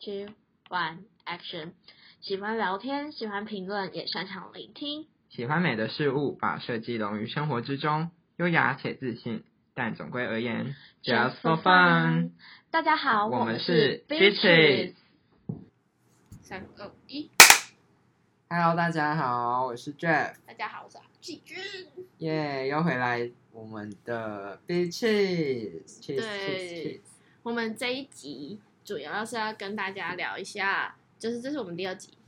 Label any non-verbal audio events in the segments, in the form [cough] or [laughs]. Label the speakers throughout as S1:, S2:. S1: two one action。喜欢聊天，喜欢评论，也擅长聆听。
S2: 喜欢美的事物，把设计融于生活之中，优雅且自信。但总归而言，just for fun。
S1: 大家好，
S2: 我
S1: 们
S2: 们
S1: 是
S2: 是 Beaches。
S3: 三二一，
S2: Hello，大家好，我是 Jeff，
S3: 大家好，我是季君。
S2: 耶又回来我们的 Beaches，
S3: 对，我们这一集主要是要跟大家聊一下，就是这是我们第二集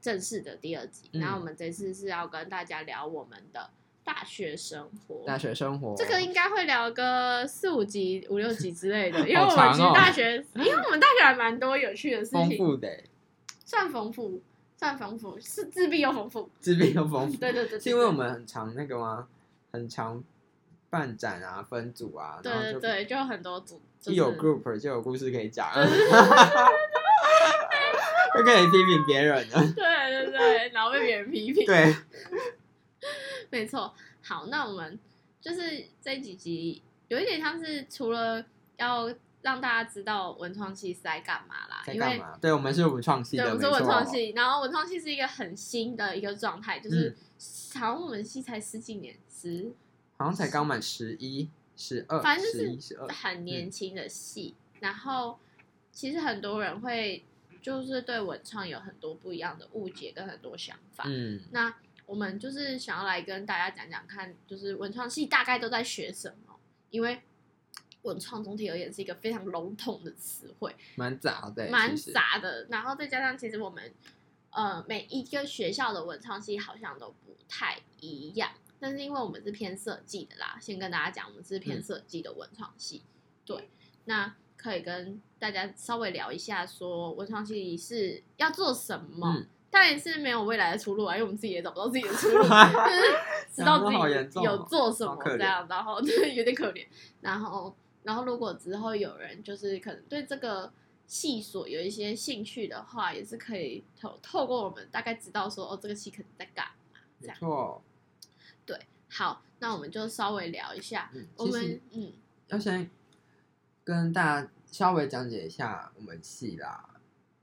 S3: 正式的第二集，
S2: 嗯
S3: 然后我们这次是要跟大家聊我们的大学生活。
S2: 大学生 [laughs] 活，
S3: 这个应该会聊个四五集、五六集之类
S2: [laughs]
S3: 的，因为我
S2: 好
S3: 们
S2: 长
S3: 其实
S2: 哦
S3: 大学，因为我们大学还蛮多有趣的事
S2: 丰
S3: 情，
S2: 富的，
S3: 算丰富，算丰富，是自闭又丰富。
S2: 自闭又丰富， [laughs]
S3: 对对对对
S2: 是因为我们很常那个吗？很常办展啊，分组啊，
S3: 对
S2: 然
S3: 对
S2: 后就
S3: 对，就很多组，就是
S2: 一有 group 就有故事可以讲， [laughs] 就可以批评别人了。
S3: 对对对，然后被别人批评。 [laughs]
S2: 对，
S3: 没错，好，那我们就是这几集有一点像是除了要让大家知道文创系是在干嘛啦，
S2: 在
S3: 因
S2: 干
S3: 为
S2: 嘛？对，我们是文创系
S3: 对
S2: 的，
S3: 我们是
S2: 没错
S3: 文创，系，然后文创系是一个很新的一个状态，
S2: 嗯
S3: 就是、好像我们系才十几年，十
S2: 好像才刚满十一、十二、
S3: 反正就
S2: 十
S3: 是
S2: 一、十二，
S3: 很年轻的系，然后其实很多人会就是对文创有很多不一样的误解跟很多想法，
S2: 嗯，
S3: 那我们就是想要来跟大家讲讲看，就是文创系大概都在学什么，因为文创总体而言是一个非常笼统的词汇，
S2: 蛮杂的，
S3: 蛮
S2: 其实，
S3: 杂的。然后再加上其实我们呃每一个学校的文创系好像都不太一样，但是因为我们是偏设计的啦，先跟大家讲，我们是偏
S2: 嗯
S3: 设计的文创系。对，那可以跟大家稍微聊一下，说文创系是要做什么。
S2: 嗯
S3: 当然是没有未来的出路啊，因为我们自己也找不到自己的出
S2: [laughs]
S3: 路，知道
S2: 好严
S3: 自己
S2: 重
S3: 有
S2: 哦
S3: 做什
S2: 好
S3: 么
S2: 可怜
S3: 这样，然后对有点可怜。然后，然后如果之后有人就是可能对这个系所有一些兴趣的话，也是可以透透过我们大概知道说哦，这个系可能在干嘛这
S2: 没
S3: 样。
S2: 错。
S3: 好，那我们就稍微聊一下，
S2: 嗯，
S3: 我
S2: 其实
S3: 们嗯
S2: 要先跟大家稍微讲解一下我们系啦，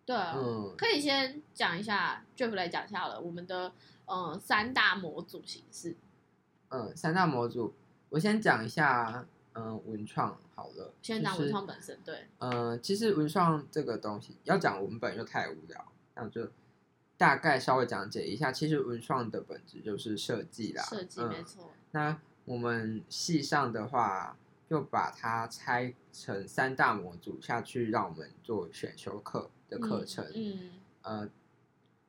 S3: 对啊、
S2: 嗯，
S3: 可以先讲一下 Jeff 来讲一下好了，我们的嗯、呃三大模组形式，
S2: 嗯，三大模组，我先讲一下，嗯，文创好了。
S3: 先
S2: 就
S3: 讲文
S2: 是
S3: 创本身对。
S2: 呃，其实文创这个东西要讲文本又太无聊，那我就大概稍微讲解一下。其实文创的本质就是设计啦，
S3: 设计
S2: 嗯、
S3: 没错，
S2: 那我们系上的话，就把它拆成三大模组下去，让我们做选修课的课程。
S3: 嗯，
S2: 呃，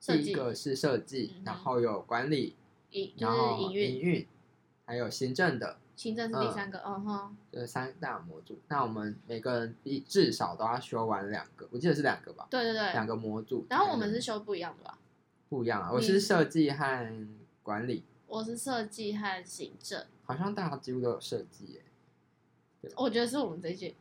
S3: 设
S2: 第
S3: 计
S2: 一个是设
S3: 嗯
S2: 计，
S3: 哼
S2: 然后有管理，
S3: 营嗯就
S2: 然
S3: 是
S2: 后
S3: 营
S2: 营
S3: 运，
S2: 运，还有行政的。
S3: 行政是第三个，嗯哼，
S2: 这三大模组，那我们每个人必至少都要修完两个，我记得是两个吧，
S3: 对对对，
S2: 两个模组。
S3: 然后我们是修不一样的吧？
S2: 不一样啊，我
S3: 你
S2: 是设计和管理，
S3: 我是设计和行政，
S2: 好像大家几乎都有设计
S3: [laughs]
S2: 耶。
S3: 我觉得是我们这一届，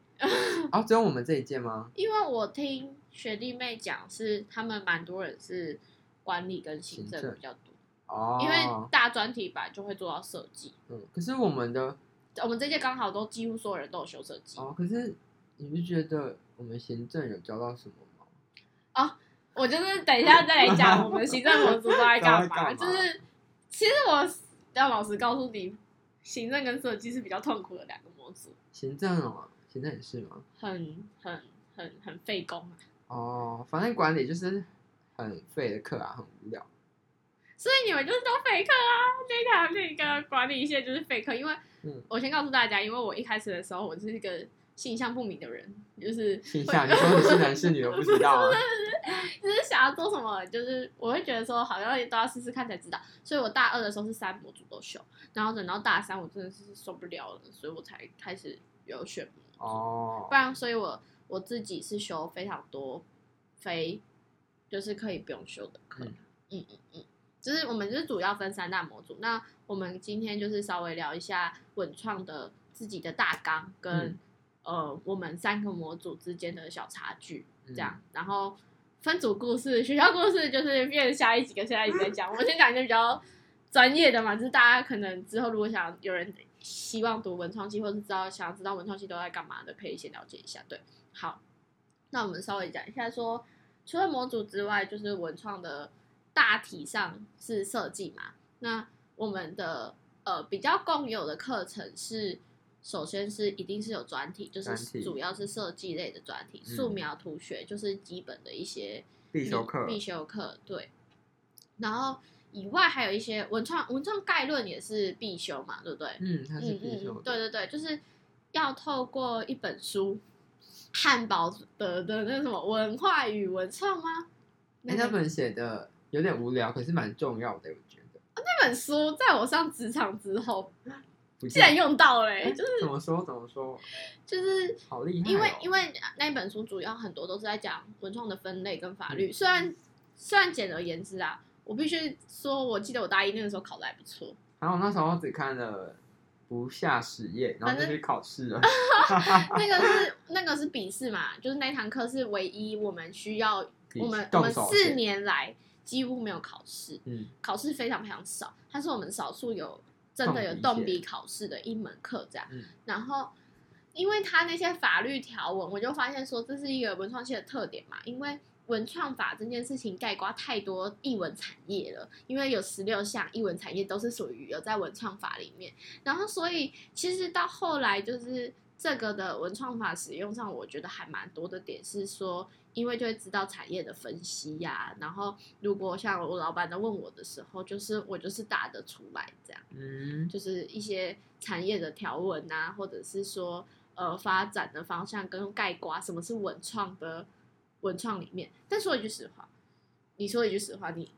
S2: 哦，只有我们这一届吗？
S3: 因为我听学弟妹讲是他们蛮多人是管理跟行
S2: 行政
S3: 政比较多，
S2: 哦，
S3: 因为大专题版就会做到设计，
S2: 嗯，可是我们的
S3: 我们这届刚好都几乎所有人都有修设计。
S2: 哦，可是你不觉得我们行政有教到什么吗？
S3: 我就是等一下再来讲我们行政模组都在干
S2: 都在
S3: 嘛。
S2: 干嘛
S3: 就是其实我要老实告诉你，行政跟设计是比较痛苦的两个模组，
S2: 行政哦，行政也是吗？
S3: 很很很很费工啊。
S2: 哦，反正管理就是很废的课啊，很无聊。
S3: 所以你们就是都废课啊！那堂那个管理线就是废课，因为
S2: 嗯
S3: 我先告诉大家，因为我一开始的时候我是一个性向不明的人，就是 [laughs]
S2: 心想，你说你是男是女，我不知道啊。
S3: 就是想要做什么，就是我会觉得说好像都要试试看才知道。所以我大二的时候是三模组都修，然后等到大三我真的是受不了了，所以我才开始有选模组。
S2: 哦
S3: 不，然，所以我我自己是修非常多非就是可以不用修的课。
S2: 嗯
S3: 嗯嗯嗯，就是我们就是主要分三大模组。那我们今天就是稍微聊一下文创的自己的大纲跟、
S2: 嗯
S3: 呃我们三个模组之间的小差距这
S2: 嗯
S3: 样，然后。分组故事、学校故事就是变下一集跟下一集再讲。我们先讲一些比较专业的嘛，就是大家可能之后如果想有人希望读文创系，或是知道想要知道文创系都在干嘛的，可以先了解一下。对，好，那我们稍微讲一下说，除了模组之外，就是文创的大体上是设计嘛。那我们的呃比较共有的课程是，首先是一定是有专题，就
S2: 专题
S3: 是主要是设计类的专题，
S2: 嗯
S3: 素描、图学就是基本的一些
S2: 必修课
S3: 必修课对。然后以外还有一些文创文创概论也是必修嘛，对不对？
S2: 嗯，它是
S3: 嗯
S2: 必
S3: 嗯
S2: 修
S3: 嗯，对
S2: 的，
S3: 对对，就是要透过一本书，汉堡的的那什么文化与文创吗？
S2: 哎，那本写的有点无聊，可是蛮重要的，我觉得。
S3: 那本书在我上职场之后，
S2: 不
S3: 竟然
S2: 见
S3: 用到了、
S2: 哎
S3: 欸，就
S2: 怎么说怎么说，
S3: 就是
S2: 好厉害哦！
S3: 因为因为那本书主要很多都是在讲文创的分类跟法律，虽然虽然简而言之啊，我必须说，我记得我大一那个时候考的还不错，
S2: 然后我那时候只看了不下十页，然后就
S3: 反正
S2: 去考
S3: [laughs]
S2: 试了。
S3: 那个是那个是笔试嘛，就是那一堂课是唯一我们需要
S2: 笔
S3: 我们我
S2: 动
S3: 们
S2: 手
S3: 四
S2: 写
S3: 年来几乎没有考试，
S2: 嗯，
S3: 考试非常非常少，它是我们少数有真的有
S2: 动
S3: 动
S2: 笔写
S3: 笔考试的一门课这样。
S2: 嗯
S3: 然后，因为它那些法律条文，我就发现说这是一个文创系的特点嘛，因为。文创法这件事情概括太多艺文产业了，因为有十六项艺文产业都是属于有在文创法里面。然后，所以其实到后来就是这个的文创法使用上，我觉得还蛮多的点是说，因为就会知道产业的分析呀、然后如果像我老板在问我的时候，就是我就是答得出来这样，
S2: 嗯，
S3: 就是一些产业的条文啊，或者是说呃发展的方向跟概括什么是文创的文创里面。但说一句实话，你说一句实话，你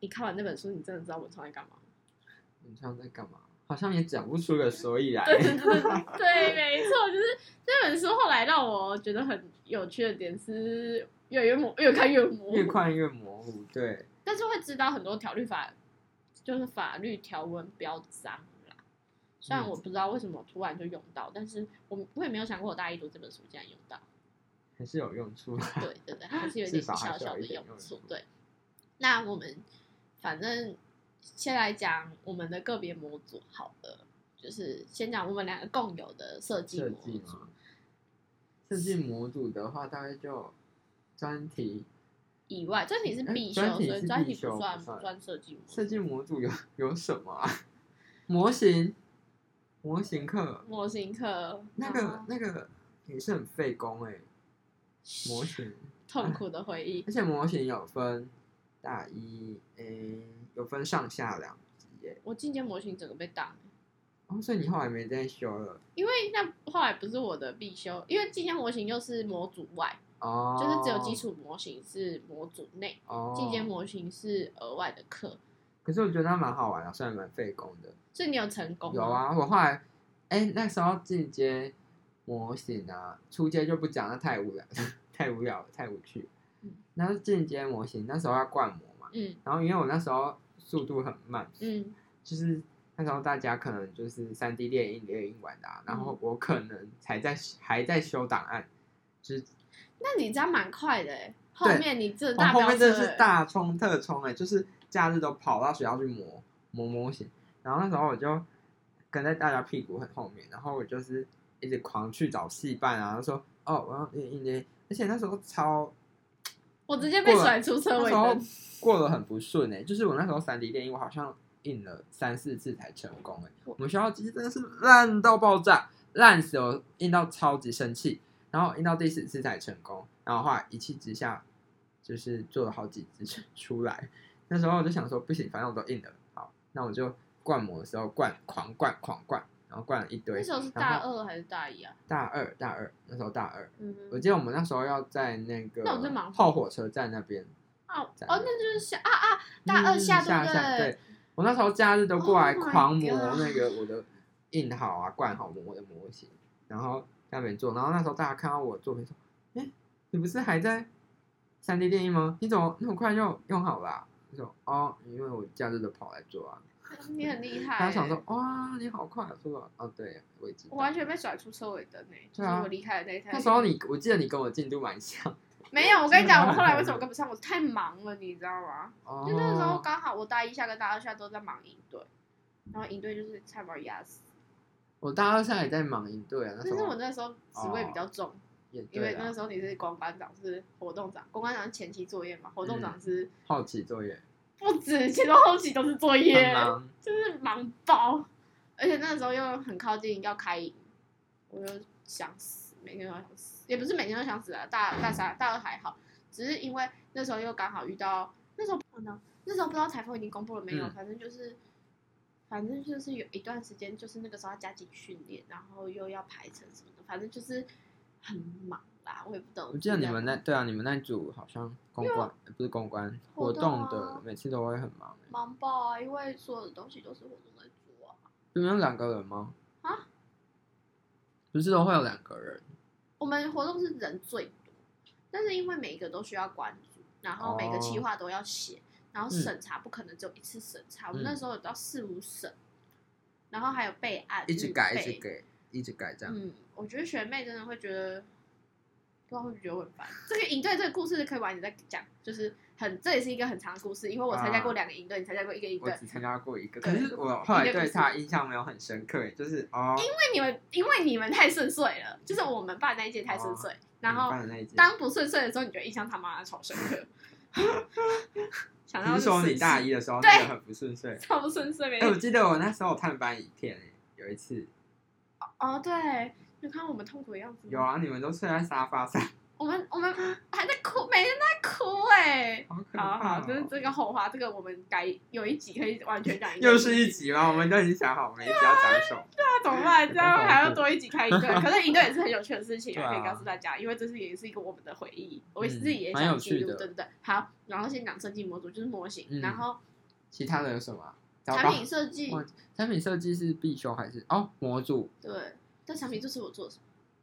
S3: 你看完那本书，你真的知道文创在干嘛吗？
S2: 你知道在干嘛？好像也讲不出个所以来。
S3: 对 [laughs] 对对对，对，没错，就是这本书后来让我觉得很有趣的点是，越来越模越看越模
S2: [laughs] 越
S3: 糊，
S2: 看越模糊。对，
S3: 但是会知道很多条律法，就是法律条文标章啦。虽然
S2: 嗯
S3: 我不知道为什么突然就用到，但是我我也没有想过我大一读这本书竟然用
S2: [laughs]
S3: 到。
S2: 还是有用处。
S3: 对对对，还是有一点
S2: 至少还
S3: 小
S2: 是
S3: 小
S2: 有
S3: 的
S2: 一点
S3: 用
S2: 用
S3: 处
S2: 处。
S3: 对，那我们反正先来讲我们的个别模组好了，就是先讲我们两个共有的设计
S2: 设
S3: 模
S2: 计
S3: 组
S2: 吗。？设计模组的话，大概就专题。
S3: 以外，专题是
S2: 哎
S3: 必修，
S2: 专
S3: 所
S2: 题
S3: 以
S2: 是
S3: 专
S2: 必
S3: 题
S2: 修
S3: 不算
S2: 不算
S3: 专设计模
S2: 设计模组有有什么啊？模型，模型课。
S3: 模型课
S2: 那
S3: 然
S2: 个
S3: 后
S2: 那个也是很费工哎、模型，
S3: 痛苦的回忆
S2: 而且模型有分大一诶、有分上下两级耶、
S3: 我进阶模型整个被挡，
S2: 哦，所以你后来没再修了
S3: 因为那后来不是我的必修，因为进阶模型又是模组外，
S2: 哦，
S3: 就是只有基础模型是模组内，
S2: 哦，
S3: 进阶。模型是额外的课，
S2: 可是我觉得它蛮好玩的，虽然蛮费工的。
S3: 所以你有成功
S2: 有
S3: 吗，
S2: 啊，我后来哎、那时候进阶模型啊，初阶就不讲，那太无聊， [laughs] 太无聊了，太无趣
S3: 嗯。
S2: 然后进阶模型那时候要灌模嘛，
S3: 嗯
S2: 然后因为我那时候速度很慢，
S3: 嗯
S2: 就是那时候大家可能就是三 D 猎鹰猎鹰玩的、啊，然后我可能才在还在修档案，就是
S3: 那你这样蛮快的欸后
S2: 对
S3: 面你这
S2: 我
S3: 大
S2: 后
S3: 飙
S2: 面
S3: 车
S2: 真的是
S3: 欸，
S2: 大冲特冲哎、就是假日都跑到学校去磨磨模型，然后那时候我就跟在大家屁股很后面，然后我就是一直狂去找戏伴啊，然后说哦我要猎鹰猎鹰，而且那时候超
S3: 我直接被
S2: 过了
S3: 甩出车
S2: 那
S3: 尾
S2: 时候
S3: 灯，
S2: 过得很不顺哎、就是我那时候三 D 电影，我好像印了三四次才成功哎、我们学校机器真的是烂到爆炸，烂死我，印到超级生气，然后印到第四次才成功，然后后来一气之下就是做了好几只 [laughs] 出来，那时候我就想说不行，反正我都印了，好，那我就灌模的时候灌狂灌狂灌，然后灌了一堆，
S3: 那时候是
S2: 然
S3: 大
S2: 后
S3: 二还是大一啊？
S2: 大二大二那时候大二，
S3: 嗯哼
S2: 我记得我们那时候要在那个
S3: 那我就忙
S2: 后火车站那边。
S3: 啊哦，
S2: 展览
S3: 那就是下啊啊，大二
S2: 嗯下
S3: 下对不
S2: 下
S3: 对？
S2: 对，我那时候假日都过来
S3: Oh my
S2: 狂磨
S3: God
S2: 那个我的印好啊、灌好模的模型，然后在那边做。然后那时候大家看到我的作品说：“哎、你不是还在三 D 电影吗？你怎么那么快就用好啦、我说：“哦，因为我假日都跑来做啊。
S3: [laughs] 你很厉”害欸、
S2: 大家想说：“哇，你好快、啊！”说了：“哦，对，我也知道
S3: 我完全被甩出车尾灯诶、就
S2: 对
S3: 是
S2: 啊
S3: 我离开的那一台。
S2: 那时候你，我记得你跟我进度蛮像。
S3: 没有，我跟你讲，
S2: 真的
S3: 我后来
S2: 很
S3: 为什么跟不上？我太忙了，你知道吗？
S2: 哦
S3: 就，那时候刚好我大一下跟大二下都在忙营队，然后营队就是差点把我压死。
S2: 我大二下也在忙营队啊，那
S3: 但
S2: 时
S3: 是
S2: 候
S3: 我那时候职位比较重，
S2: 也
S3: 因
S2: 对啊
S3: 为那
S2: 啦
S3: 个，时候你是光班长，是活动长，光班长是前期作业嘛，活
S2: 嗯
S3: 动长是
S2: 好奇作业
S3: 不止前中后期都是作业
S2: 很，忙，
S3: 就是忙爆，而且那时候又很靠近要开营，我就想死，每天都想死，也不是每天都想死啊，大大三大二还好，只是因为那时候又刚好遇到那时候不知道台风已经公布了没有，
S2: 嗯
S3: 反正就是，反正就是有一段时间，就是那个时候要加紧训练，然后又要排程什么的，反正就是很忙啦。我也不懂。
S2: 我记得你们那对啊，你们那组好像公关呃不是公关
S3: 啊活
S2: 活
S3: 动
S2: 动
S3: 啊
S2: 的，每次都会很忙欸。
S3: 忙爆啊，因为所有的东西都是活动在做啊。
S2: 你们有两个人吗？
S3: 啊？
S2: 不是都会有两个人？
S3: 我们活动是人最多，但是因为每一个都需要关注，然后每个
S2: 哦
S3: 企划都要写，然后
S2: 嗯
S3: 审查不可能只有一次审查，我们
S2: 嗯
S3: 那时候有到四五审，然后还有备案，
S2: 一直
S3: 预
S2: 改，一
S3: 备
S2: 直改，一直改这样。
S3: 嗯，我觉得学妹真的会觉得，不知道会不会觉得我很烦。这个营队这个故事可以晚点再讲，就是很这也是一个很长的故事，因为我参加过两个营队，你参加过一个营
S2: 啊我
S3: 队，
S2: 只参加过一个，可
S3: 对
S2: 是我后来
S3: 一个不
S2: 对
S3: 是
S2: 他印象没有很深刻，就是哦，
S3: 因为你们因为你们太顺遂了，就是我们办那一届太
S2: 哦
S3: 顺遂，然
S2: 你
S3: 后
S2: 办的那一届，
S3: 当不顺遂的时候，你就印象他妈的超深刻。想到
S2: 你是说你大
S3: 一
S2: 一的时候
S3: 对
S2: 那个很不顺
S3: [laughs]
S2: 遂？
S3: 超不顺遂没
S2: 哎，我记得我那时候有探班影片欸，有一次
S3: 哦，对，你有看到我们痛苦的样子吗？
S2: 有，啊，你们都睡在沙发上，
S3: 我们我们还在哭，每天都在哭哎、
S2: 好可
S3: 好
S2: 怕
S3: 好，
S2: 哦！
S3: 就是这个后话，这个我们改有一集可以完全讲一个。
S2: 又是一集吗？我们都已经想好，我们一集要讲什么。
S3: 那怎么办？这样还要多一集开一个，
S2: 很恐怖
S3: 可是一个也是很有趣的事情，
S2: [laughs] 对啊
S3: 可以告诉大家，因为这是也是一个我们的回忆，我
S2: 嗯
S3: 自己也
S2: 蛮有
S3: 想记
S2: 趣的
S3: 录，对不对？好，然后先讲设计模组，就是模型，
S2: 嗯
S3: 然后
S2: 其他的有什么啊？糟糕
S3: 产品设计，
S2: 忘记产品设计是必修还是哦模组？
S3: 对，但产品就是我做的什么？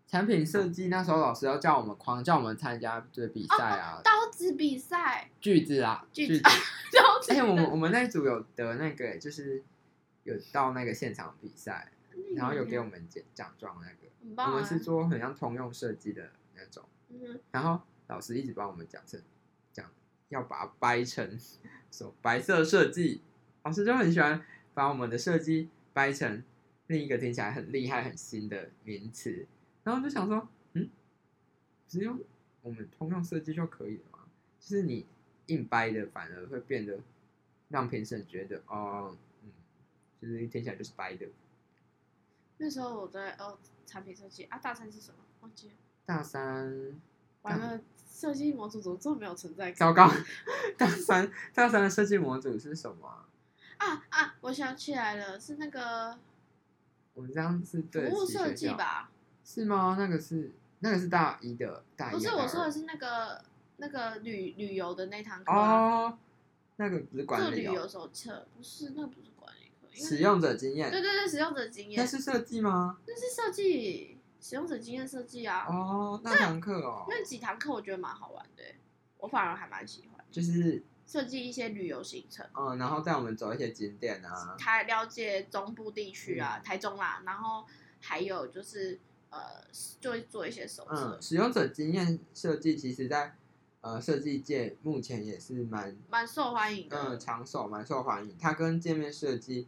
S2: 产品设计那时候老师要叫我们狂叫我们参加就是比赛啊、
S3: 刀子比赛，
S2: 句子啊
S3: 哦句
S2: 子
S3: [laughs] 子， [laughs] 刀子比
S2: 而且
S3: 赛，
S2: 哎我们我们那一组有得那个就是有到那个现场比赛，然后有给我们奖奖状那个，
S3: 嗯很棒啊，
S2: 我们是做很像通用设计的那种，
S3: 嗯，
S2: 然后老师一直帮我们讲成讲要把它掰成什么白色设计，老师就很喜欢把我们的设计掰成另一个听起来很厉害很新的名词，然后就想说，嗯，只用我们通用设计就可以了嘛，就是你硬掰的反而会变得让评审觉得哦，嗯，就是听起来就是掰的。
S3: 那时候我在哦产品设计啊，大三是什么？忘记了，
S2: 大三
S3: 完了，设计模组怎么这么没有存在感？
S2: 糟糕， [laughs] 大三大三的设计模组是什么啊、
S3: 啊啊！我想起来了，是那个
S2: 我们这样是
S3: 服
S2: 对得
S3: 务
S2: 起
S3: 设
S2: 学
S3: 计
S2: 校？
S3: 吧？
S2: 是吗？那个是那个是大一的，啊大一
S3: 不是，
S2: 还大
S3: 我说
S2: 二
S3: 的是那个那个旅旅游的那堂课啊，
S2: 哦，那个不是
S3: 做
S2: 管
S3: 旅
S2: 理
S3: 游
S2: 哦，
S3: 手册，不是，那个不是管理课，因为
S2: 使用者经验，
S3: 对对对，使用者经
S2: 那
S3: 验，
S2: 是设计吗？
S3: 那是设计使用者经验设计啊。
S2: 哦，那堂课哦，
S3: 那几堂课我觉得蛮好玩的，我反而还蛮喜欢
S2: 就是
S3: 设计一些旅游行程。
S2: 嗯，然后带我们走一些景点啊，
S3: 台了解中部地区
S2: 嗯
S3: 啊，台中啦，然后还有就是呃，就会做一些手册
S2: 嗯，，使用者经验设计其实在呃设计界目前也是蛮
S3: 蛮受欢迎的。
S2: 嗯，长手蛮受欢迎。它跟界面设计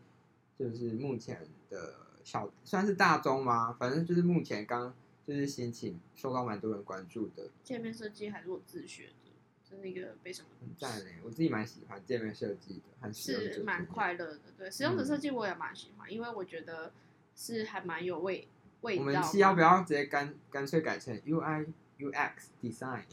S2: 就是目前的小算是大宗吗？反正就是目前刚就是兴起，受到蛮多人关注的，
S3: 界面设计还是我自学的，真的一个非常
S2: 很赞诶。我自己蛮喜欢界面设计的，很嗯使用者嗯
S3: 是
S2: 经
S3: 蛮
S2: 验
S3: 快乐的。对，使用者设计我也蛮喜欢，因为我觉得是还蛮有味味道
S2: 我
S3: 嘛。
S2: 们系要不要直接干干脆改成 UI UX design？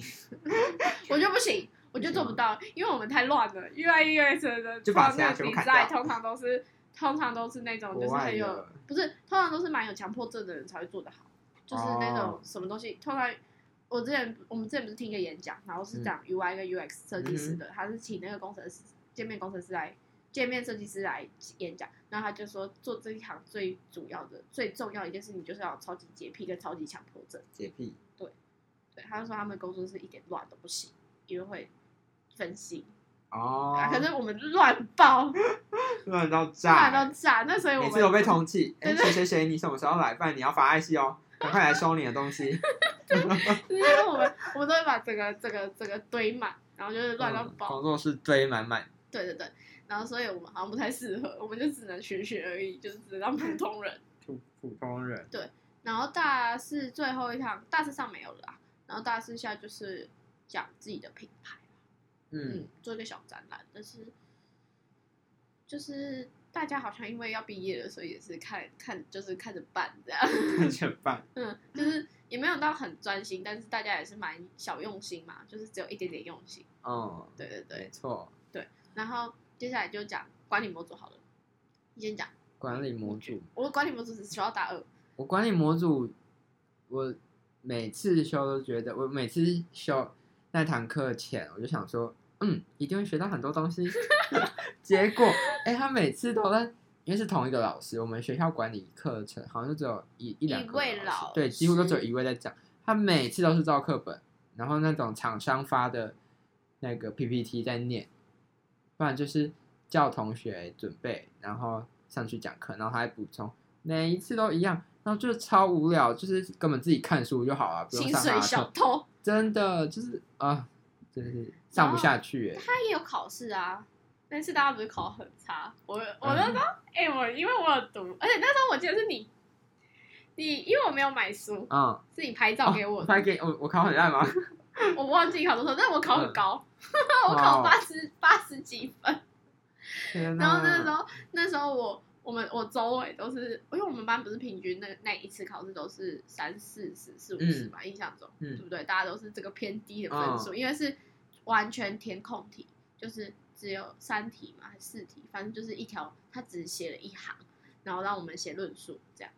S3: 我就不行，我就做不到，因为我们太乱了。UI UX 的
S2: 就把
S3: 通常
S2: 其他全部
S3: 比
S2: 砍
S3: 赛
S2: 掉
S3: 通常都是通常都是那种就是
S2: 国外
S3: 很有
S2: 的
S3: 不是通常都是蛮有强迫症的人才会做得好，就是那
S2: 哦
S3: 种什么东西、通常。我之前我们之前不是听一个演讲，然后
S2: 嗯
S3: 是讲 UI 跟 UX 设计师的，他是请那个工程师界面工程师来界面设计师来演讲，然后他就说做这一行最主要的最重要的一件事情就是要有超级洁癖跟超级强迫症。
S2: 洁癖，
S3: 对，他就说他们工作室一点乱都不行，因为会分心。
S2: 哦，
S3: 啊，可是我们乱爆，
S2: 乱到炸欸
S3: 乱到炸，那所以我
S2: 每
S3: 们
S2: 次都被通气。
S3: 对
S2: 哎，谁谁谁，你什么时候来？不然你要发爱心哦，赶快来收你的
S3: [laughs]
S2: 东西。
S3: 就是因为我们我们都会把整个整个整个堆满，然后就是乱到
S2: 嗯
S3: 爆。
S2: 工作室堆满满。
S3: 对对对，然后所以我们好像不太适合，我们就只能学学而已，就是只能当普通人。
S2: 普普通人。
S3: 然后大四最后一堂，大四上没有了啊，然后大四下就是讲自己的品牌，
S2: 嗯
S3: 嗯，做一个小展览，但是就是大家好像因为要毕业了，所以也是看看就是看着办这样，
S2: [laughs]
S3: [laughs]
S2: 看起来很棒。
S3: 嗯，就是也没有到很专心，但是大家也是蛮小用心嘛，就是只有一点点用心，
S2: 嗯，
S3: 对对对
S2: 没，错，
S3: 然后接下来就讲管理模组好了，你先讲。
S2: 管理模组，
S3: 我的管理模组只学到大二，
S2: 我管理模组，我每次修都觉得，我每次修那堂课前，我就想说，嗯，一定会学到很多东西。 [laughs] 结果，哎、他每次都在，因为是同一个老师，我们学校管理课程好像就只有一一两个
S3: 位
S2: 师
S3: 老
S2: 对，几乎都只有
S3: 师
S2: 一位在讲。他每次都是照课本，然后那种厂商发的那个 PPT 在念，不然就是叫同学准备，然后上去讲课，然后他还补充，每一次都一样，然后就超无聊，就是根本自己看书就好了，不用
S3: 薪
S2: 上
S3: 水
S2: 他
S3: 小
S2: 的课，
S3: 偷，
S2: 真的就是啊、真的是上不下去哎、
S3: 他也有考试啊。那次大家不是考很差，我我那时候，哎、我因为我有读，而且那时候我记得是你，你因为我没有买书，
S2: 嗯，
S3: 是你拍照给
S2: 哦
S3: 我的，
S2: 拍给我，我考很烂吗？ [laughs]
S3: 我忘记考多少，但我考很高， [laughs] 我
S2: 嗯哇哦
S3: 考八十八十几分。
S2: 天
S3: 然后那
S2: 哪
S3: 时候那时候我我们我周围都是，因为我们班不是平均那那一次考试都是三四十四五十吧，印象中、
S2: 嗯
S3: 对不对？大家都是这个偏低的分数，因为是完全填空题，就是只有三题嘛，还是四题，反正就是一条，他只写了一行，然后让我们写论述，这样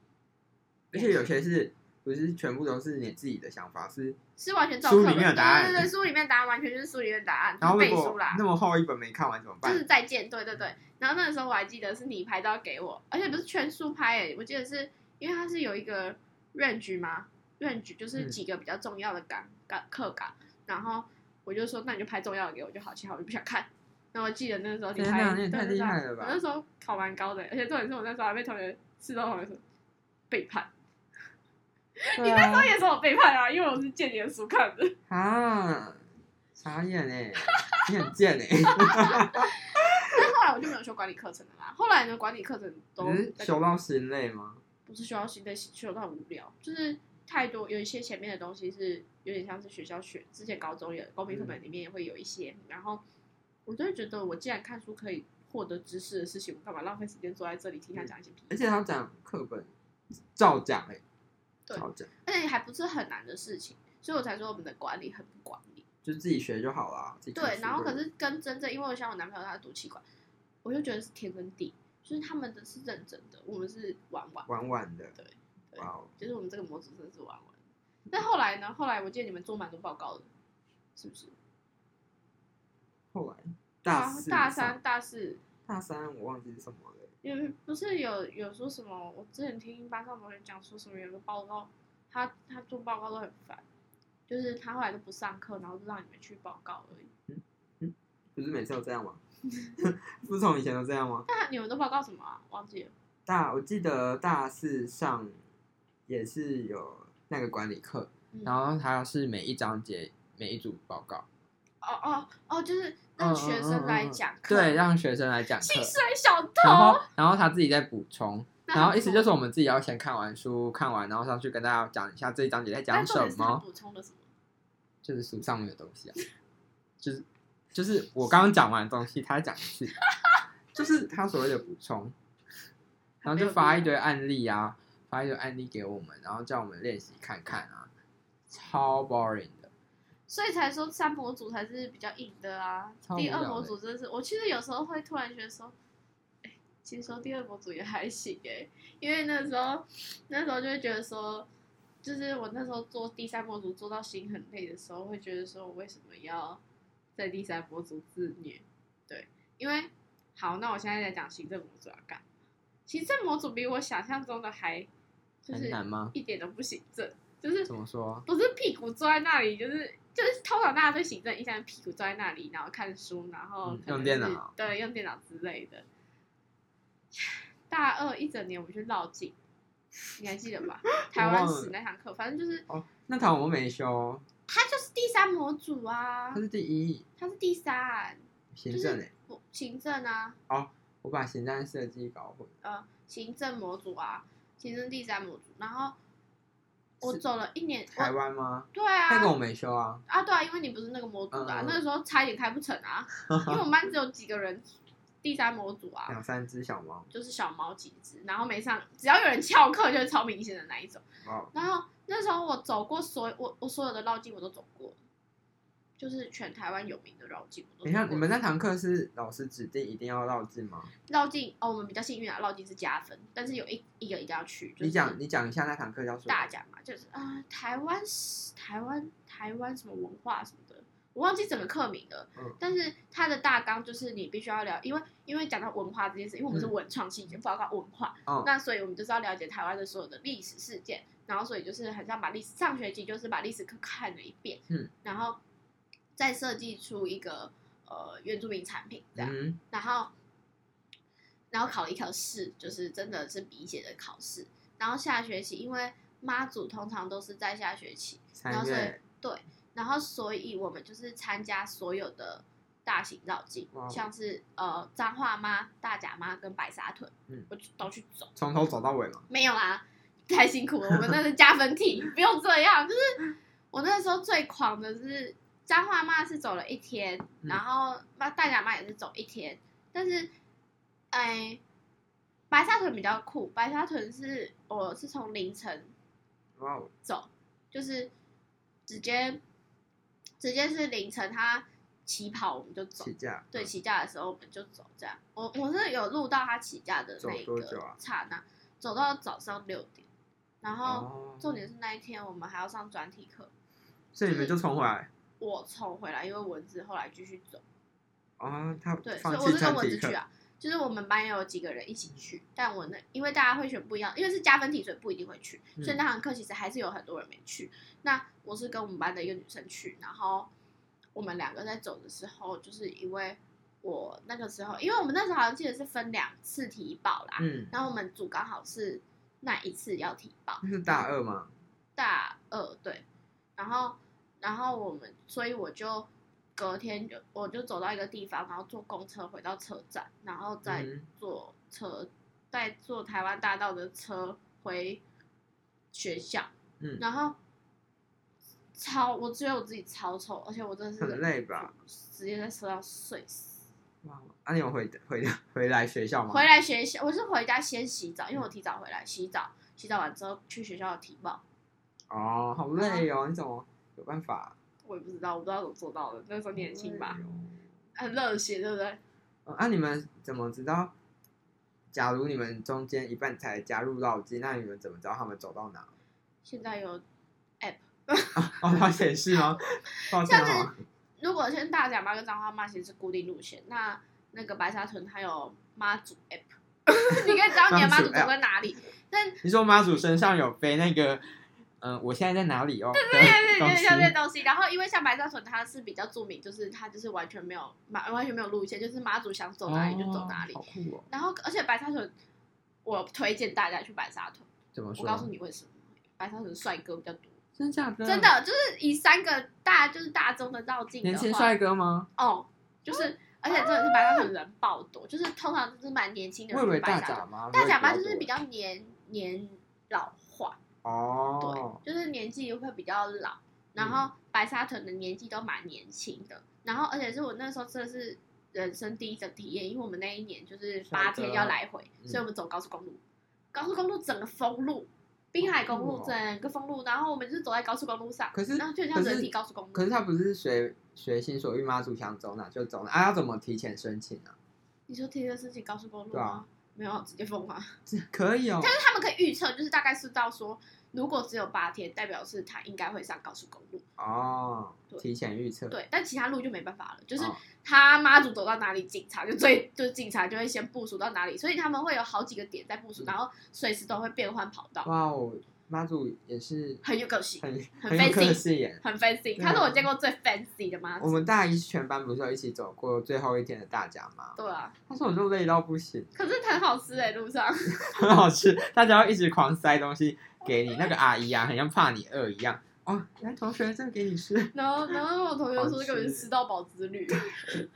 S2: 而且有些是不是全部都是你自己的想法是，
S3: 是完全照
S2: 书
S3: 课
S2: 里面
S3: 本
S2: 的答案
S3: 对对对，书里面答案完全就是书里面的答案，
S2: 然后
S3: 就是
S2: 如
S3: 背
S2: 果
S3: 书啦，
S2: 那么厚一本没看完怎么
S3: 就
S2: 办？
S3: 是再见，对对对。然后那个时候我还记得是你拍照给我，而且不是全数拍、欸，我记得是因为它是有一个 range 嘛，range 就是
S2: 嗯
S3: 几个比较重要的岗岗课岗，然后我就说那你就拍重要的给我就好，其他我就不想看。然后我记得那个时候你
S2: 天
S3: 拍，
S2: 哪你也
S3: 对
S2: 太
S3: 对
S2: 厉
S3: 对
S2: 害了吧
S3: 我那时候考蛮高的欸、而且重点是我那时候还被同学四周同学说背
S2: 哦
S3: 叛，
S2: 对啊
S3: 他也说我背叛啊，因为我是借你的书看
S2: [laughs]
S3: 的。
S2: 啊，傻
S3: [laughs]
S2: 眼哎，你很贱哎、
S3: 但后来我就没有修管理课程了啦，后来呢管理课程都
S2: 你是
S3: 在
S2: 修到心累吗？
S3: 不是学校新的修到很无聊，就是太多有一些前面的东西是有点像是学校学之前高中也公民课本里面也会有一些，然后我就会觉得我既然看书可以获得知识的事情，我干嘛浪费时间坐在这里听他讲一些屁？
S2: 而且他讲课本照讲哎、
S3: 对
S2: 照讲
S3: 而且还不是很难的事情，所以我才说我们的管理很不管理。
S2: 就自己学就好啦。自己看
S3: 对，
S2: 书
S3: 然后
S2: 就
S3: 可是跟真正因为我像我男朋友他是读气管，我就觉得是天跟地，就是他们的是认真的，我们是玩玩。
S2: 玩玩的，
S3: 对对
S2: 哇哦，
S3: 就是我们这个模组真的是玩完。但后来呢？后来我记得你们做蛮多报告的，是不是？
S2: 后来
S3: 啊
S2: 大四、
S3: 大三、、大四，
S2: 大三我忘记是什么了欸、
S3: 因为不是有有说什么？我之前听班上同学讲说什么，有个报告，他他做报告都很烦，就是他后来都不上课，然后就让你们去报告而已。
S2: 不是每次都这样吗？ [laughs] 不是从以前都这样吗？
S3: 那你们都报告什么啊？忘记了。
S2: 大我记得大四上也是有那个管理课，
S3: 嗯
S2: 然后他是每一章节每一组报告，
S3: 哦哦哦，
S2: 嗯
S3: 就是让学生来讲课，
S2: 对，让学生来讲课。
S3: 薪水小
S2: 然后
S3: 偷。，
S2: 然后他自己再补充，
S3: 哦那
S2: 然后意思就是是我们自己要先看完书，看完然后上去跟大家讲一下这一章节在讲什么，
S3: 补充的什么？
S2: 就是书上面的东西啊，就是就是我刚刚讲完的东西，他讲一次，就是他所谓的补充，然后就发一堆案例啊，发一堆案例给我们，然后叫我们练习看看啊，超 boring 的，
S3: 所以才说三模组才是比较硬的啊
S2: 超。无
S3: 第
S2: 聊
S3: 二
S2: 的
S3: 模组真的是，我其实有时候会突然觉得说，哎、其实说第二模组也还行哎、因为那时候那时候就会觉得说，就是我那时候做第三模组做到心很累的时候，会觉得说我为什么要在第三模组自虐？对，因为好，那我现在来讲行政模组要干嘛，行政模组比我想象中的还就
S2: 很
S3: 是
S2: 难吗？
S3: 一点都不行政，就是
S2: 怎么说？
S3: 不是屁股坐在那里，就是就是通常大家对行政印象是屁股坐在那里，然后看书，然后
S2: 嗯
S3: 可能
S2: 用电
S3: 是
S2: 脑，
S3: 对，用电脑之类的。大二一整年我们去绕境，你还记得
S2: [laughs]
S3: 吧？台湾史那堂课，反正就是
S2: 哦，那堂我没修，
S3: 它就是第三模组啊
S2: 他，是第一
S3: 它是第三，
S2: 行政诶、
S3: 不行政啊，
S2: 我把行政设计搞混。
S3: 呃，行政模组啊，行政第三模组，然后我
S2: 是
S3: 走了一年，
S2: 台
S3: 我
S2: 湾吗？
S3: 对啊，
S2: 那个我没修啊，
S3: 啊，对啊，因为你不是那个模组的、啊，
S2: 嗯嗯
S3: 那个时候差一点开不成
S2: [laughs]
S3: 啊，因为我们班只有几个人，第三模组啊，
S2: 两三只小猫，
S3: 就是小毛几只，然后没上，只要有人翘课就是超明显的那一种。
S2: 哦，
S3: 然后那时候我走过所有我我所有的绕境我都走过，就是全台湾有名的绕境我都
S2: 等
S3: 走
S2: 一
S3: 过。
S2: 下，你们那堂课是老师指定一定要绕进吗？
S3: 绕境哦，我们比较幸运啊，绕境是加分，但是有一一个一定要去，就是
S2: 你讲，你讲一下那堂课叫什么？
S3: 大奖嘛，就是啊、呃台湾是台湾台湾什么文化什么的，我忘记整个课名了。
S2: 嗯
S3: 但是它的大纲就是你必须要了，因为因为讲到文化这件事，因为我们是文创系，就包括文化，
S2: 嗯哦
S3: 那所以我们就是要了解台湾的所有的历史事件，然后所以就是很像把历史上学期就是把历史课看了一遍，
S2: 嗯，
S3: 然后再设计出一个呃原住民产品这样，
S2: 嗯，
S3: 然后然后考了一科试，就是真的是笔写的考试。然后下学期，因为妈祖通常都是在下学期，然
S2: 三
S3: 后所以
S2: 月
S3: 对，然后所以我们就是参加所有的大型绕境，
S2: 哇哦
S3: 像是呃彰化妈、大甲妈跟白沙屯，
S2: 嗯
S3: 我就都去走。
S2: 从头走到尾嘛，
S3: 没有啦，太辛苦了，我们那是加分题，不用这样。就是我那时候最狂的是彰化妈是走了一天，
S2: 嗯
S3: 然后妈大甲妈也是走一天，但是哎，白沙屯比较酷，白沙屯是我是从凌晨
S2: 哇哦，
S3: 走，就是直接直接是凌晨他起跑我们就走
S2: 起，价，嗯
S3: 对，起价的时候我们就走，这样。我我是有录到他起价的那一
S2: 走多久
S3: 个
S2: 啊
S3: 刹那，走到早上六点，然后
S2: 哦，
S3: 重点是那一天我们还要上专题课，
S2: 所以你们就重回来
S3: 我冲回来，因为蚊子后来继续走，
S2: 啊？他
S3: 对，所以
S2: 放
S3: 我
S2: 弃
S3: 是跟
S2: 专
S3: 蚊
S2: 题
S3: 子
S2: 课
S3: 去，啊。就是我们班有几个人一起去，但我那因为大家会选不一样，因为是加分题，所以不一定会去，
S2: 嗯
S3: 所以那堂课其实还是有很多人没去。那我是跟我们班的一个女生去，然后我们两个在走的时候，就是因为我那个时候，因为我们那时候好像记得是分两次提报啦，
S2: 嗯，
S3: 然后我们组刚好是那一次要提报，
S2: 那是大二嘛，嗯
S3: 大二对，然后然后我们，所以我就隔天就我就走到一个地方，然后坐公车回到车站，然后再
S2: 嗯
S3: 坐车，再坐台湾大道的车回学校，
S2: 嗯
S3: 然后超我觉得我自己超臭，而且我真的是
S2: 很累吧？
S3: 直接在车上睡死。
S2: 哇，啊，你有回回回来学校吗？
S3: 回来学校，我是回家先洗澡，因为我提早回来洗澡，洗澡完之后去学校的体报，啊
S2: 哦，好累哦，你怎么有办法？
S3: 我也不知道，我不知道怎么做到的，那时候年轻吧
S2: 好累。哦。
S3: 很热血，对不对？
S2: 嗯啊，你们怎么知道？假如你们中间一半才加入绕境，那你们怎么知道他们走到哪？ [laughs]
S3: 现在有，
S2: 哦，它显示吗？抱歉
S3: 像
S2: 哦，
S3: 如果现在大甲妈跟彰化妈其实是固定路线，那那个白沙屯它有妈祖 app，你可 [laughs] 以知道你的妈祖走在哪里。
S2: 你说妈祖身上有背那个，嗯，我现在在哪里哦？对
S3: 对对
S2: 东
S3: 对，
S2: 西
S3: 像这些东西。然后因为像白沙屯它是比较著名，就是它就是完全没有妈完全没有路线，就是妈祖想
S2: [laughs]
S3: 走哪里就走哪里。
S2: 哦好酷哦！
S3: 然后而且白沙屯，我推荐大家去白沙屯。
S2: 怎么
S3: 我告诉
S2: 说？
S3: 你为什么，白沙屯帅哥比较多，
S2: 真假的？
S3: 真的就是以三个大就是大众的绕境的
S2: 年轻
S3: 话
S2: 帅哥吗？
S3: 哦，就是，而且真的是白沙屯人爆多，就是通常就是蛮年轻的
S2: 我以
S3: 人
S2: 为
S3: 去
S2: 大
S3: 白沙
S2: 甲
S3: 屯，
S2: 妈，
S3: 大甲
S2: 甲
S3: 妈就是比较年年老化，
S2: 哦，
S3: 就是年纪会比较老，然后
S2: 嗯
S3: 白沙屯的年纪都蛮年轻的，然后而且是我那时候真的是人生第一次体验，因为我们那一年就是八天要来回，
S2: 嗯
S3: 所以我们走高速公路，高速公路整个封路。滨海公
S2: 好
S3: 路
S2: 酷哦
S3: 整个封路，然后我们就是走在高速公路上，
S2: 可是
S3: 然后就很
S2: 可
S3: 像
S2: 是
S3: 人体高速公路。
S2: 可是他不是随随心所欲，妈祖想走哪就走哪啊？要怎么提前申请啊？
S3: 你说贴着申请高速公路
S2: 对
S3: 吗？
S2: 啊
S3: 没有，直接封啊。
S2: 这可以哦，
S3: 他们可以预测，就是大概知道说，如果只有八天，代表是他应该会上高速公路。
S2: 哦，
S3: 对
S2: 提前预测，
S3: 对，但其他路就没办法了，就是
S2: 哦
S3: 他妈祖走到哪里，警察就最就是警察就会先部署到哪里，所以他们会有好几个点在部署，
S2: 嗯
S3: 然后随时都会变换跑道，
S2: 哇哦，妈祖也是
S3: 很有个性，
S2: 很
S3: 很
S2: 有个
S3: fancy
S2: 性耶。
S3: 很 fancy。
S2: 对啊
S3: 他是我见过最 fancy 的妈
S2: 我
S3: 祖。
S2: 们大一全班不是有一起走过最后一天的大甲吗？
S3: 对啊，
S2: 他说我就累到不行， [laughs]
S3: 可是很好吃哎、路上
S2: 很好吃，大家要一直狂塞东西给你。那个阿姨啊，很像怕你饿一样。哦，来同学，这个给你吃。 [laughs]
S3: 然后然后我同学
S2: 好
S3: 说
S2: 吃
S3: 根本是吃到饱之旅，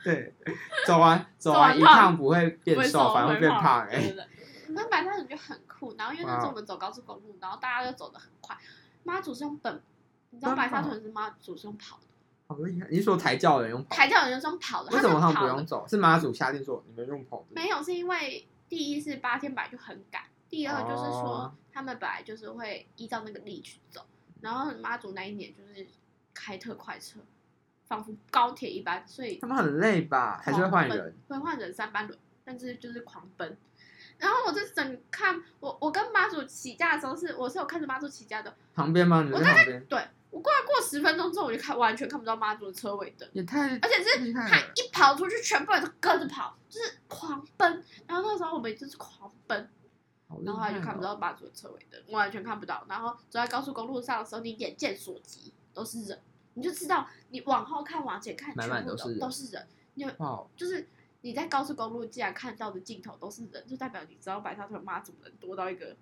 S2: 对，
S3: [laughs]
S2: 走完走
S3: 完
S2: 完一
S3: 胖
S2: 趟不会
S3: 不
S2: 变
S3: 会
S2: 瘦，反而
S3: 会
S2: 会变胖哎、
S3: 对对对。那白沙屯就很酷，然后因为那时候
S2: 哇哦
S3: 我们走高速公路，然后大家就走得很快，妈祖是用本，你知道
S2: 奔
S3: 白沙
S2: 跑
S3: 屯是妈祖是用跑的，
S2: 好厉害！你是说抬轿的人用跑？
S3: 抬轿人就是用跑的，
S2: 为
S3: 他是
S2: 什么
S3: 用
S2: 他
S3: 跑
S2: 们不
S3: 的
S2: 用，走？是妈祖下令说你们用跑的？
S3: 没有是因为第一是八天本来就很赶，第二就是说
S2: 哦
S3: 他们本来就是会依照那个例去走，然后妈祖那一年就是开特快车，仿佛高铁一般，所以
S2: 他们很累吧？还是会换人？，
S3: 会换人三班轮，但是就是狂奔。然后我就整看我我跟妈祖起驾的时候是我是有看着妈祖起驾的，
S2: 旁边吗？你们在旁边？
S3: 对我过来过十分钟之后我就看完全看不到妈祖的车尾灯，
S2: 也太
S3: 而且是
S2: 厉害
S3: 他
S2: 了！
S3: 一跑出去，全部人都跟着跑，就是狂奔。然后那时候我们就是狂奔，
S2: 好厉
S3: 然后后
S2: 害
S3: 来就看不
S2: 哦
S3: 到妈祖的车尾灯，完全看不到。然后走在高速公路上的时候，你眼见所及都是人，你就知道你往后看、往前看，
S2: 满满
S3: 全部
S2: 都是人
S3: 都是人。你有
S2: 哇！
S3: 就是你在高速公路既然看到的镜头都是人，就代表你知道白沙屯妈祖人多到一个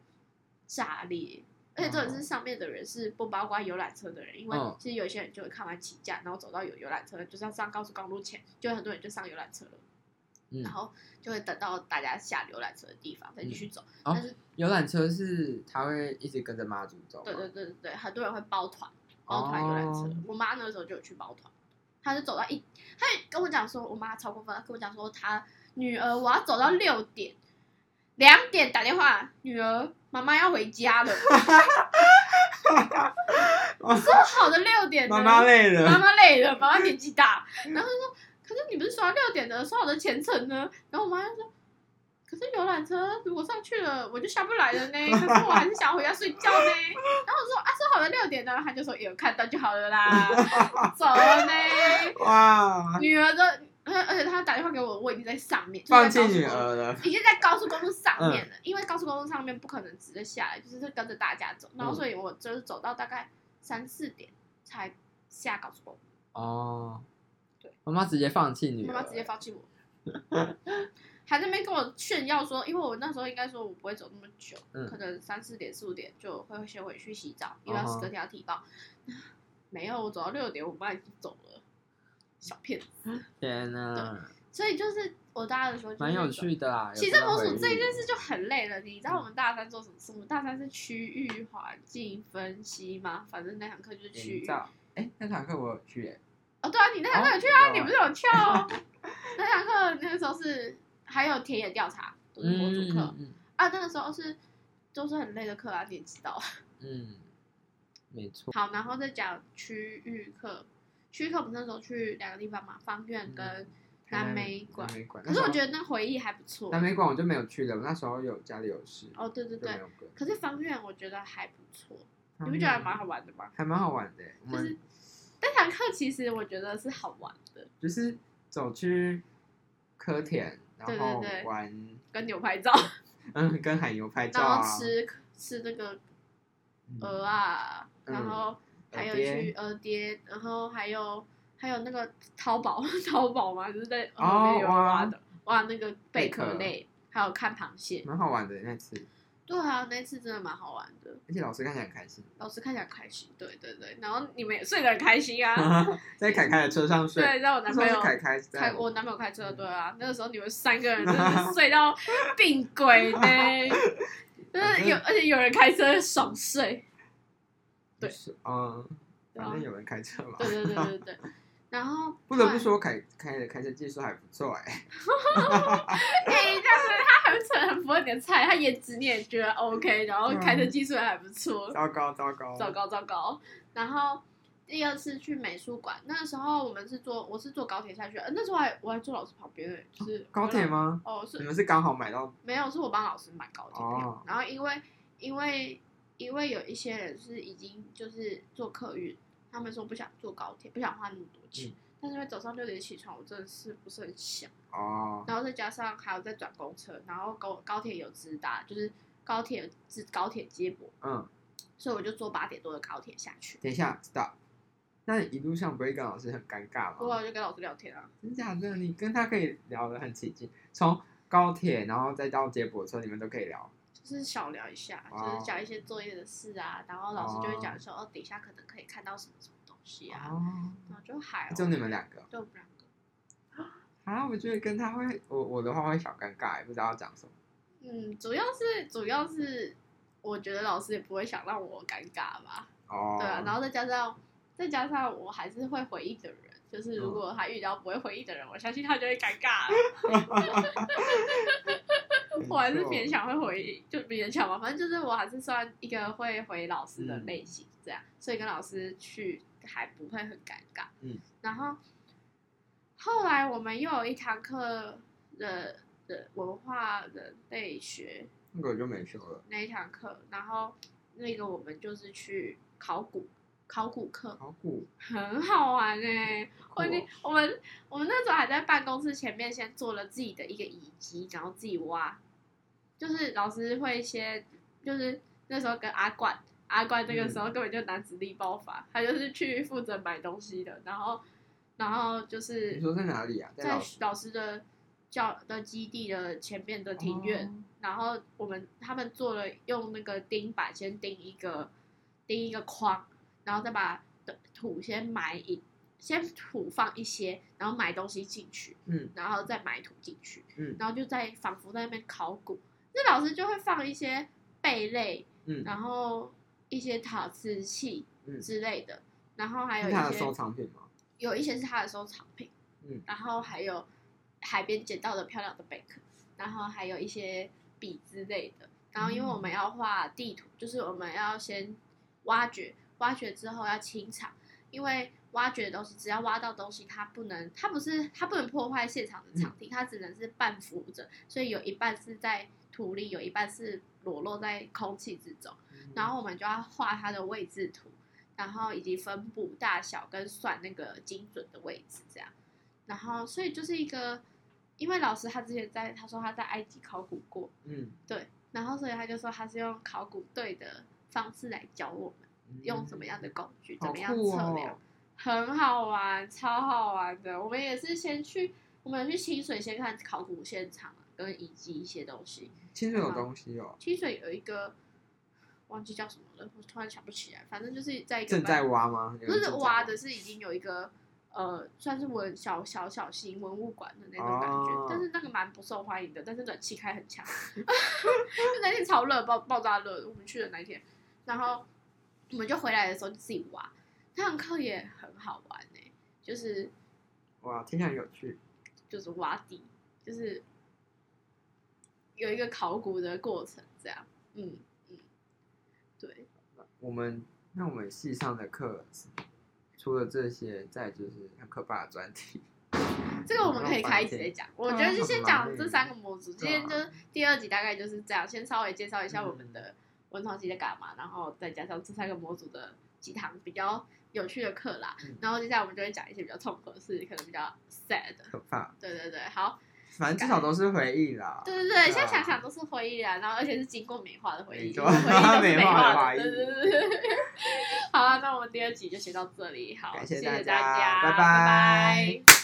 S3: 炸裂。而且这点是上面的人是不包括游览车的人，因为
S2: 嗯
S3: 其实有一些人就会看完起价，然后走到有游览车，就是要上高速公路前，就有很多人就上游览车了，
S2: 嗯
S3: 然后就会等到大家下游览车的地方再继续走。
S2: 哦
S3: 但是
S2: 游览车是他会一直跟着妈祖走吗，
S3: 对对对对对，很多人会包团，包团游览车。
S2: 哦
S3: 我妈那时候就有去包团，她就走到一，她也跟我讲说，我妈超过分，她跟我讲说她女儿我要走到六点，两点打电话，女儿妈妈要回家
S2: [laughs]
S3: 了。说好的六点呢，
S2: 妈妈累 [laughs]
S3: 妈
S2: 了，
S3: 妈累了，妈妈年纪大，
S2: 嗯
S3: 然后就说，可是你不是说要六点的，说好的前程呢？然后我妈就说，可是游览车如果上去了，我就下不来了呢。可是我还是想回家睡觉呢。然后我说啊，说好的六点呢，她就说有看到就好了
S2: [laughs]
S3: 啦，走了呢。
S2: 哇！
S3: 女儿的，而而且她打电话给我，我已经在上面，就是在
S2: 放弃
S3: 高速
S2: 女
S3: 公路
S2: 儿嗯了，
S3: 已经在高速公路上面了，因为高速公路上面不可能直着下来，就是跟着大家走，然后所以我就是走到大概三四点才下高速公路，
S2: 哦
S3: 对，
S2: 妈妈直接放弃女儿，
S3: 妈妈直接放弃我，还在那边跟我炫耀说，因为我那时候应该说我不会走那么久，
S2: 嗯
S3: 可能三四点四五点就会先回去洗澡，因为要
S2: 嗯哼
S3: 隔天要提报， [laughs] 没有，我走到六点，我妈已经走了，小骗子，
S2: 天哪，
S3: 所以就是我大二的时候就是
S2: 蛮有
S3: 那种
S2: 趣的啦。
S3: 行
S2: 有
S3: 政
S2: 这
S3: 模组
S2: 种回忆哦嗯
S3: 这件事就很累了。你知道我们大三做什么事？我们大三是区域环境分析吗？反正那堂课就是区
S2: 营
S3: 域。
S2: 造，哎，那堂课我有去耶，
S3: 哦，对啊，你那堂课有去啊？
S2: 哦
S3: 你不是有去哦？ [laughs] 那堂课那个时候是还有田野调查，都是模组课、
S2: 嗯嗯
S3: 啊。那个时候是都是很累的课啊，你也知道。 [laughs]
S2: 嗯，没错，
S3: 好，然后再讲区域课。区域课我们那时候去两个地方嘛，方院跟
S2: 嗯
S3: 南美馆
S2: 南。美馆，
S3: 可是我觉
S2: 得
S3: 得那回忆还不错。
S2: 南美馆我就没有去了，我那时候有家里有事，
S3: 哦，对对
S2: 就没
S3: 对。
S2: 有跟。
S3: 可是方院我觉得还不错，你不觉得还蛮好玩的吗？
S2: 还蛮好玩的耶？我
S3: 就
S2: 们
S3: 是那堂课其实我觉得是好玩的，
S2: 就是走去科田，
S3: 对
S2: 然
S3: 对
S2: 后
S3: 对
S2: 玩，
S3: 跟牛拍照，
S2: 嗯，跟海牛拍照
S3: 然
S2: 啊，
S3: 后吃吃那个
S2: 嗯
S3: 鹅，啊，
S2: 嗯
S3: 然后还有
S2: 鹅爹
S3: 去鹅爹，然后还有还有那个淘宝 [laughs] 淘宝嘛，就是在
S2: 哦
S3: 河边有挖
S2: 哇
S3: 的，挖那个贝
S2: 贝壳
S3: 壳类，还有看螃蟹。
S2: 蛮好玩的那次，
S3: 对啊，那次真的蛮好玩的，
S2: 而且老师看起来很开心，
S3: 老师看起来很开心，对对对，然后你们也睡得很开心啊。
S2: [laughs] 在凯凯的车上睡，
S3: 对，让我
S2: 那
S3: 男
S2: 时
S3: 朋
S2: 候是
S3: 友
S2: 凯凯在嗯
S3: 开我男朋友开车，对啊，那个时候你们三个人真
S2: [laughs]
S3: 的是睡到病鬼呢，就是有而且有人开车爽睡，对
S2: 就是嗯，
S3: 对
S2: 反
S3: 啊
S2: 正，有人开车嘛
S3: 对，对对对
S2: [laughs]
S3: 对。然后
S2: 不得不，说凯凯的开车技术还不错哎，
S3: 哎、但是他很扯，很符合你的菜，他颜值你也觉得 OK，然后
S2: 对啊
S3: 开车技术也还不错，
S2: 糟糕糟糕
S3: 糟，糕糟糕。然后第二次去美术馆，那时候我们是坐我是坐高铁下去，呃那时候还我还坐老师旁边的，就是
S2: 哦高铁？吗？
S3: 哦，是
S2: 你们是刚好买到
S3: 没有，是我帮老师买高铁票。
S2: 哦
S3: 然后因为因为因为有一些人是已经就是坐客运，他们说不想坐高铁，不想花那么多钱。
S2: 嗯
S3: 但是因为早上六点起床，我真的是不是很想。
S2: 哦，
S3: 然后再加上还有在转公车，然后高高铁有直达，就是高铁直高铁接驳，
S2: 嗯，
S3: 所以我就坐八点多的高铁下去。
S2: 等一下，stop，那你一路上不会跟老师很尴尬吗？
S3: 不过我就跟老师聊天啊，
S2: 真假的，你跟他可以聊得很起劲，从高铁然后再到接驳车，你们都可以聊。
S3: 就是小聊一下，就
S2: 哦
S3: 是讲一些作业的事啊，然后老师就会讲说，哦，等一下可能可以看到什么什么东西啊，
S2: 哦，
S3: 然后就还好
S2: 就你们两个
S3: 就我们两个。
S2: 啊？我觉得跟他会，我我的话会小尴尬，也欸不知道要讲什么。
S3: 嗯，主要是主要是，我觉得老师也不会想让我尴尬吧。
S2: 哦，
S3: 对啊，然后再加上再加上我还是会回忆的人，就是
S2: 嗯
S3: 如果他遇到不会回忆的人，我相信他就会尴
S2: [laughs]
S3: 尬。我还是勉强会回忆，就勉强吧，反正就是我还是算一个会回老师
S2: 嗯
S3: 的类型，这样，所以跟老师去还不会很尴尬。
S2: 嗯，
S3: 然后后来我们又有一堂课的的文化人类学
S2: 那个我就没修了。
S3: 那一堂课，然后那个我们就是去考古考古课，
S2: 考古，
S3: 很好玩哎、
S2: 酷
S3: 我
S2: 哦
S3: 已经我们我们那时候还在办公室前面先做了自己的一个遗迹，然后自己挖，就是老师会先就是那时候跟阿冠，阿冠那个
S2: 嗯
S3: 时候根本就男子力爆发，他就是去负责买东西的，然后然后就是
S2: 你说在哪里啊？在
S3: 在
S2: 老师
S3: 老师的教的基地的前面的庭院，
S2: 哦
S3: 然后我们他们做了用那个钉板先钉一个钉一个框，然后再把的土先埋一先土放一些，然后埋东西进去，
S2: 嗯，
S3: 然后再埋土进去，
S2: 嗯
S3: 然后就在仿佛在那边考古，那老师就会放一些贝类，
S2: 嗯，
S3: 然后一些陶瓷器
S2: 嗯
S3: 之类的，然后还有
S2: 是
S3: 一
S2: 他的
S3: 些
S2: 收藏品吗？
S3: 有一些是他的收藏品，
S2: 嗯，
S3: 然后还有海边捡到的漂亮的贝壳，然后还有一些笔之类的。然后因为我们要画地图，就是我们要先挖掘，挖掘之后要清场，因为挖掘的东西只要挖到东西，它不能，它不是它不能破坏现场的场地，它只能是半浮着，所以有一半是在土里，有一半是裸露在空气之中。嗯
S2: 嗯
S3: 然后我们就要画它的位置图，然后以及分布大小跟算那个精准的位置这样。然后所以就是一个，因为老师他之前在他说他在埃及考古过，
S2: 嗯，
S3: 然后所以他就说他是用考古队的方式来教我们
S2: 嗯
S3: 用怎么样的工具，怎
S2: 好
S3: 么样
S2: 酷
S3: 测量，
S2: 哦
S3: 很好玩，超好玩的。我们也是先去，我们有去清水先看考古现场啊跟以及一些东西。
S2: 清水有东西哦，
S3: 清水有一个忘记叫什么了，我突然想不起来，反正就是在一个
S2: 正在
S3: 班
S2: 挖吗？有
S3: 不
S2: 人
S3: 是
S2: 正在
S3: 挖的，是已经有一个呃，算是文小小小型文物馆的那种感觉，
S2: 哦
S3: 但是那个蛮不受欢迎的，但是暖气开很强， [laughs] 就那天超热，爆爆炸热，我们去的那一天，然后我们就回来的时候就自己挖，那堂课也很好玩呢、就是
S2: 哇，听起来有趣。
S3: 就是挖地，就是有一个考古的过程，这样，嗯嗯，对，
S2: 我们那我们系上的课除了这些，再就是像课霸的专题，
S3: 这个我们可以开一集再讲。我觉得就先讲这三个模组，今
S2: 对啊
S3: 天就第二集大概就是这样，先稍微介绍一下我们的文创系在干嘛，然后再加上这三个模组的几堂比较有趣的课啦
S2: 嗯。
S3: 然后接下来我们就会讲一些比较痛苦的事，可能比较 sad 的。
S2: 可怕。
S3: 对对对，好，
S2: 反正至少都是回忆啦。
S3: 对对
S2: 啊
S3: 对，现在想想都是回忆啊，然后而且是经过美化的回忆，
S2: 没
S3: 回忆都
S2: 错
S3: 是
S2: [laughs] 美
S3: 美
S2: 化的
S3: 化
S2: 回忆
S3: 的，对对对对。 [laughs] 对好啊，那我们第二集就先到这里，好，
S2: 感谢
S3: 谢
S2: 大
S3: 谢
S2: 家
S3: 家，
S2: 拜
S3: 拜
S2: 拜
S3: 拜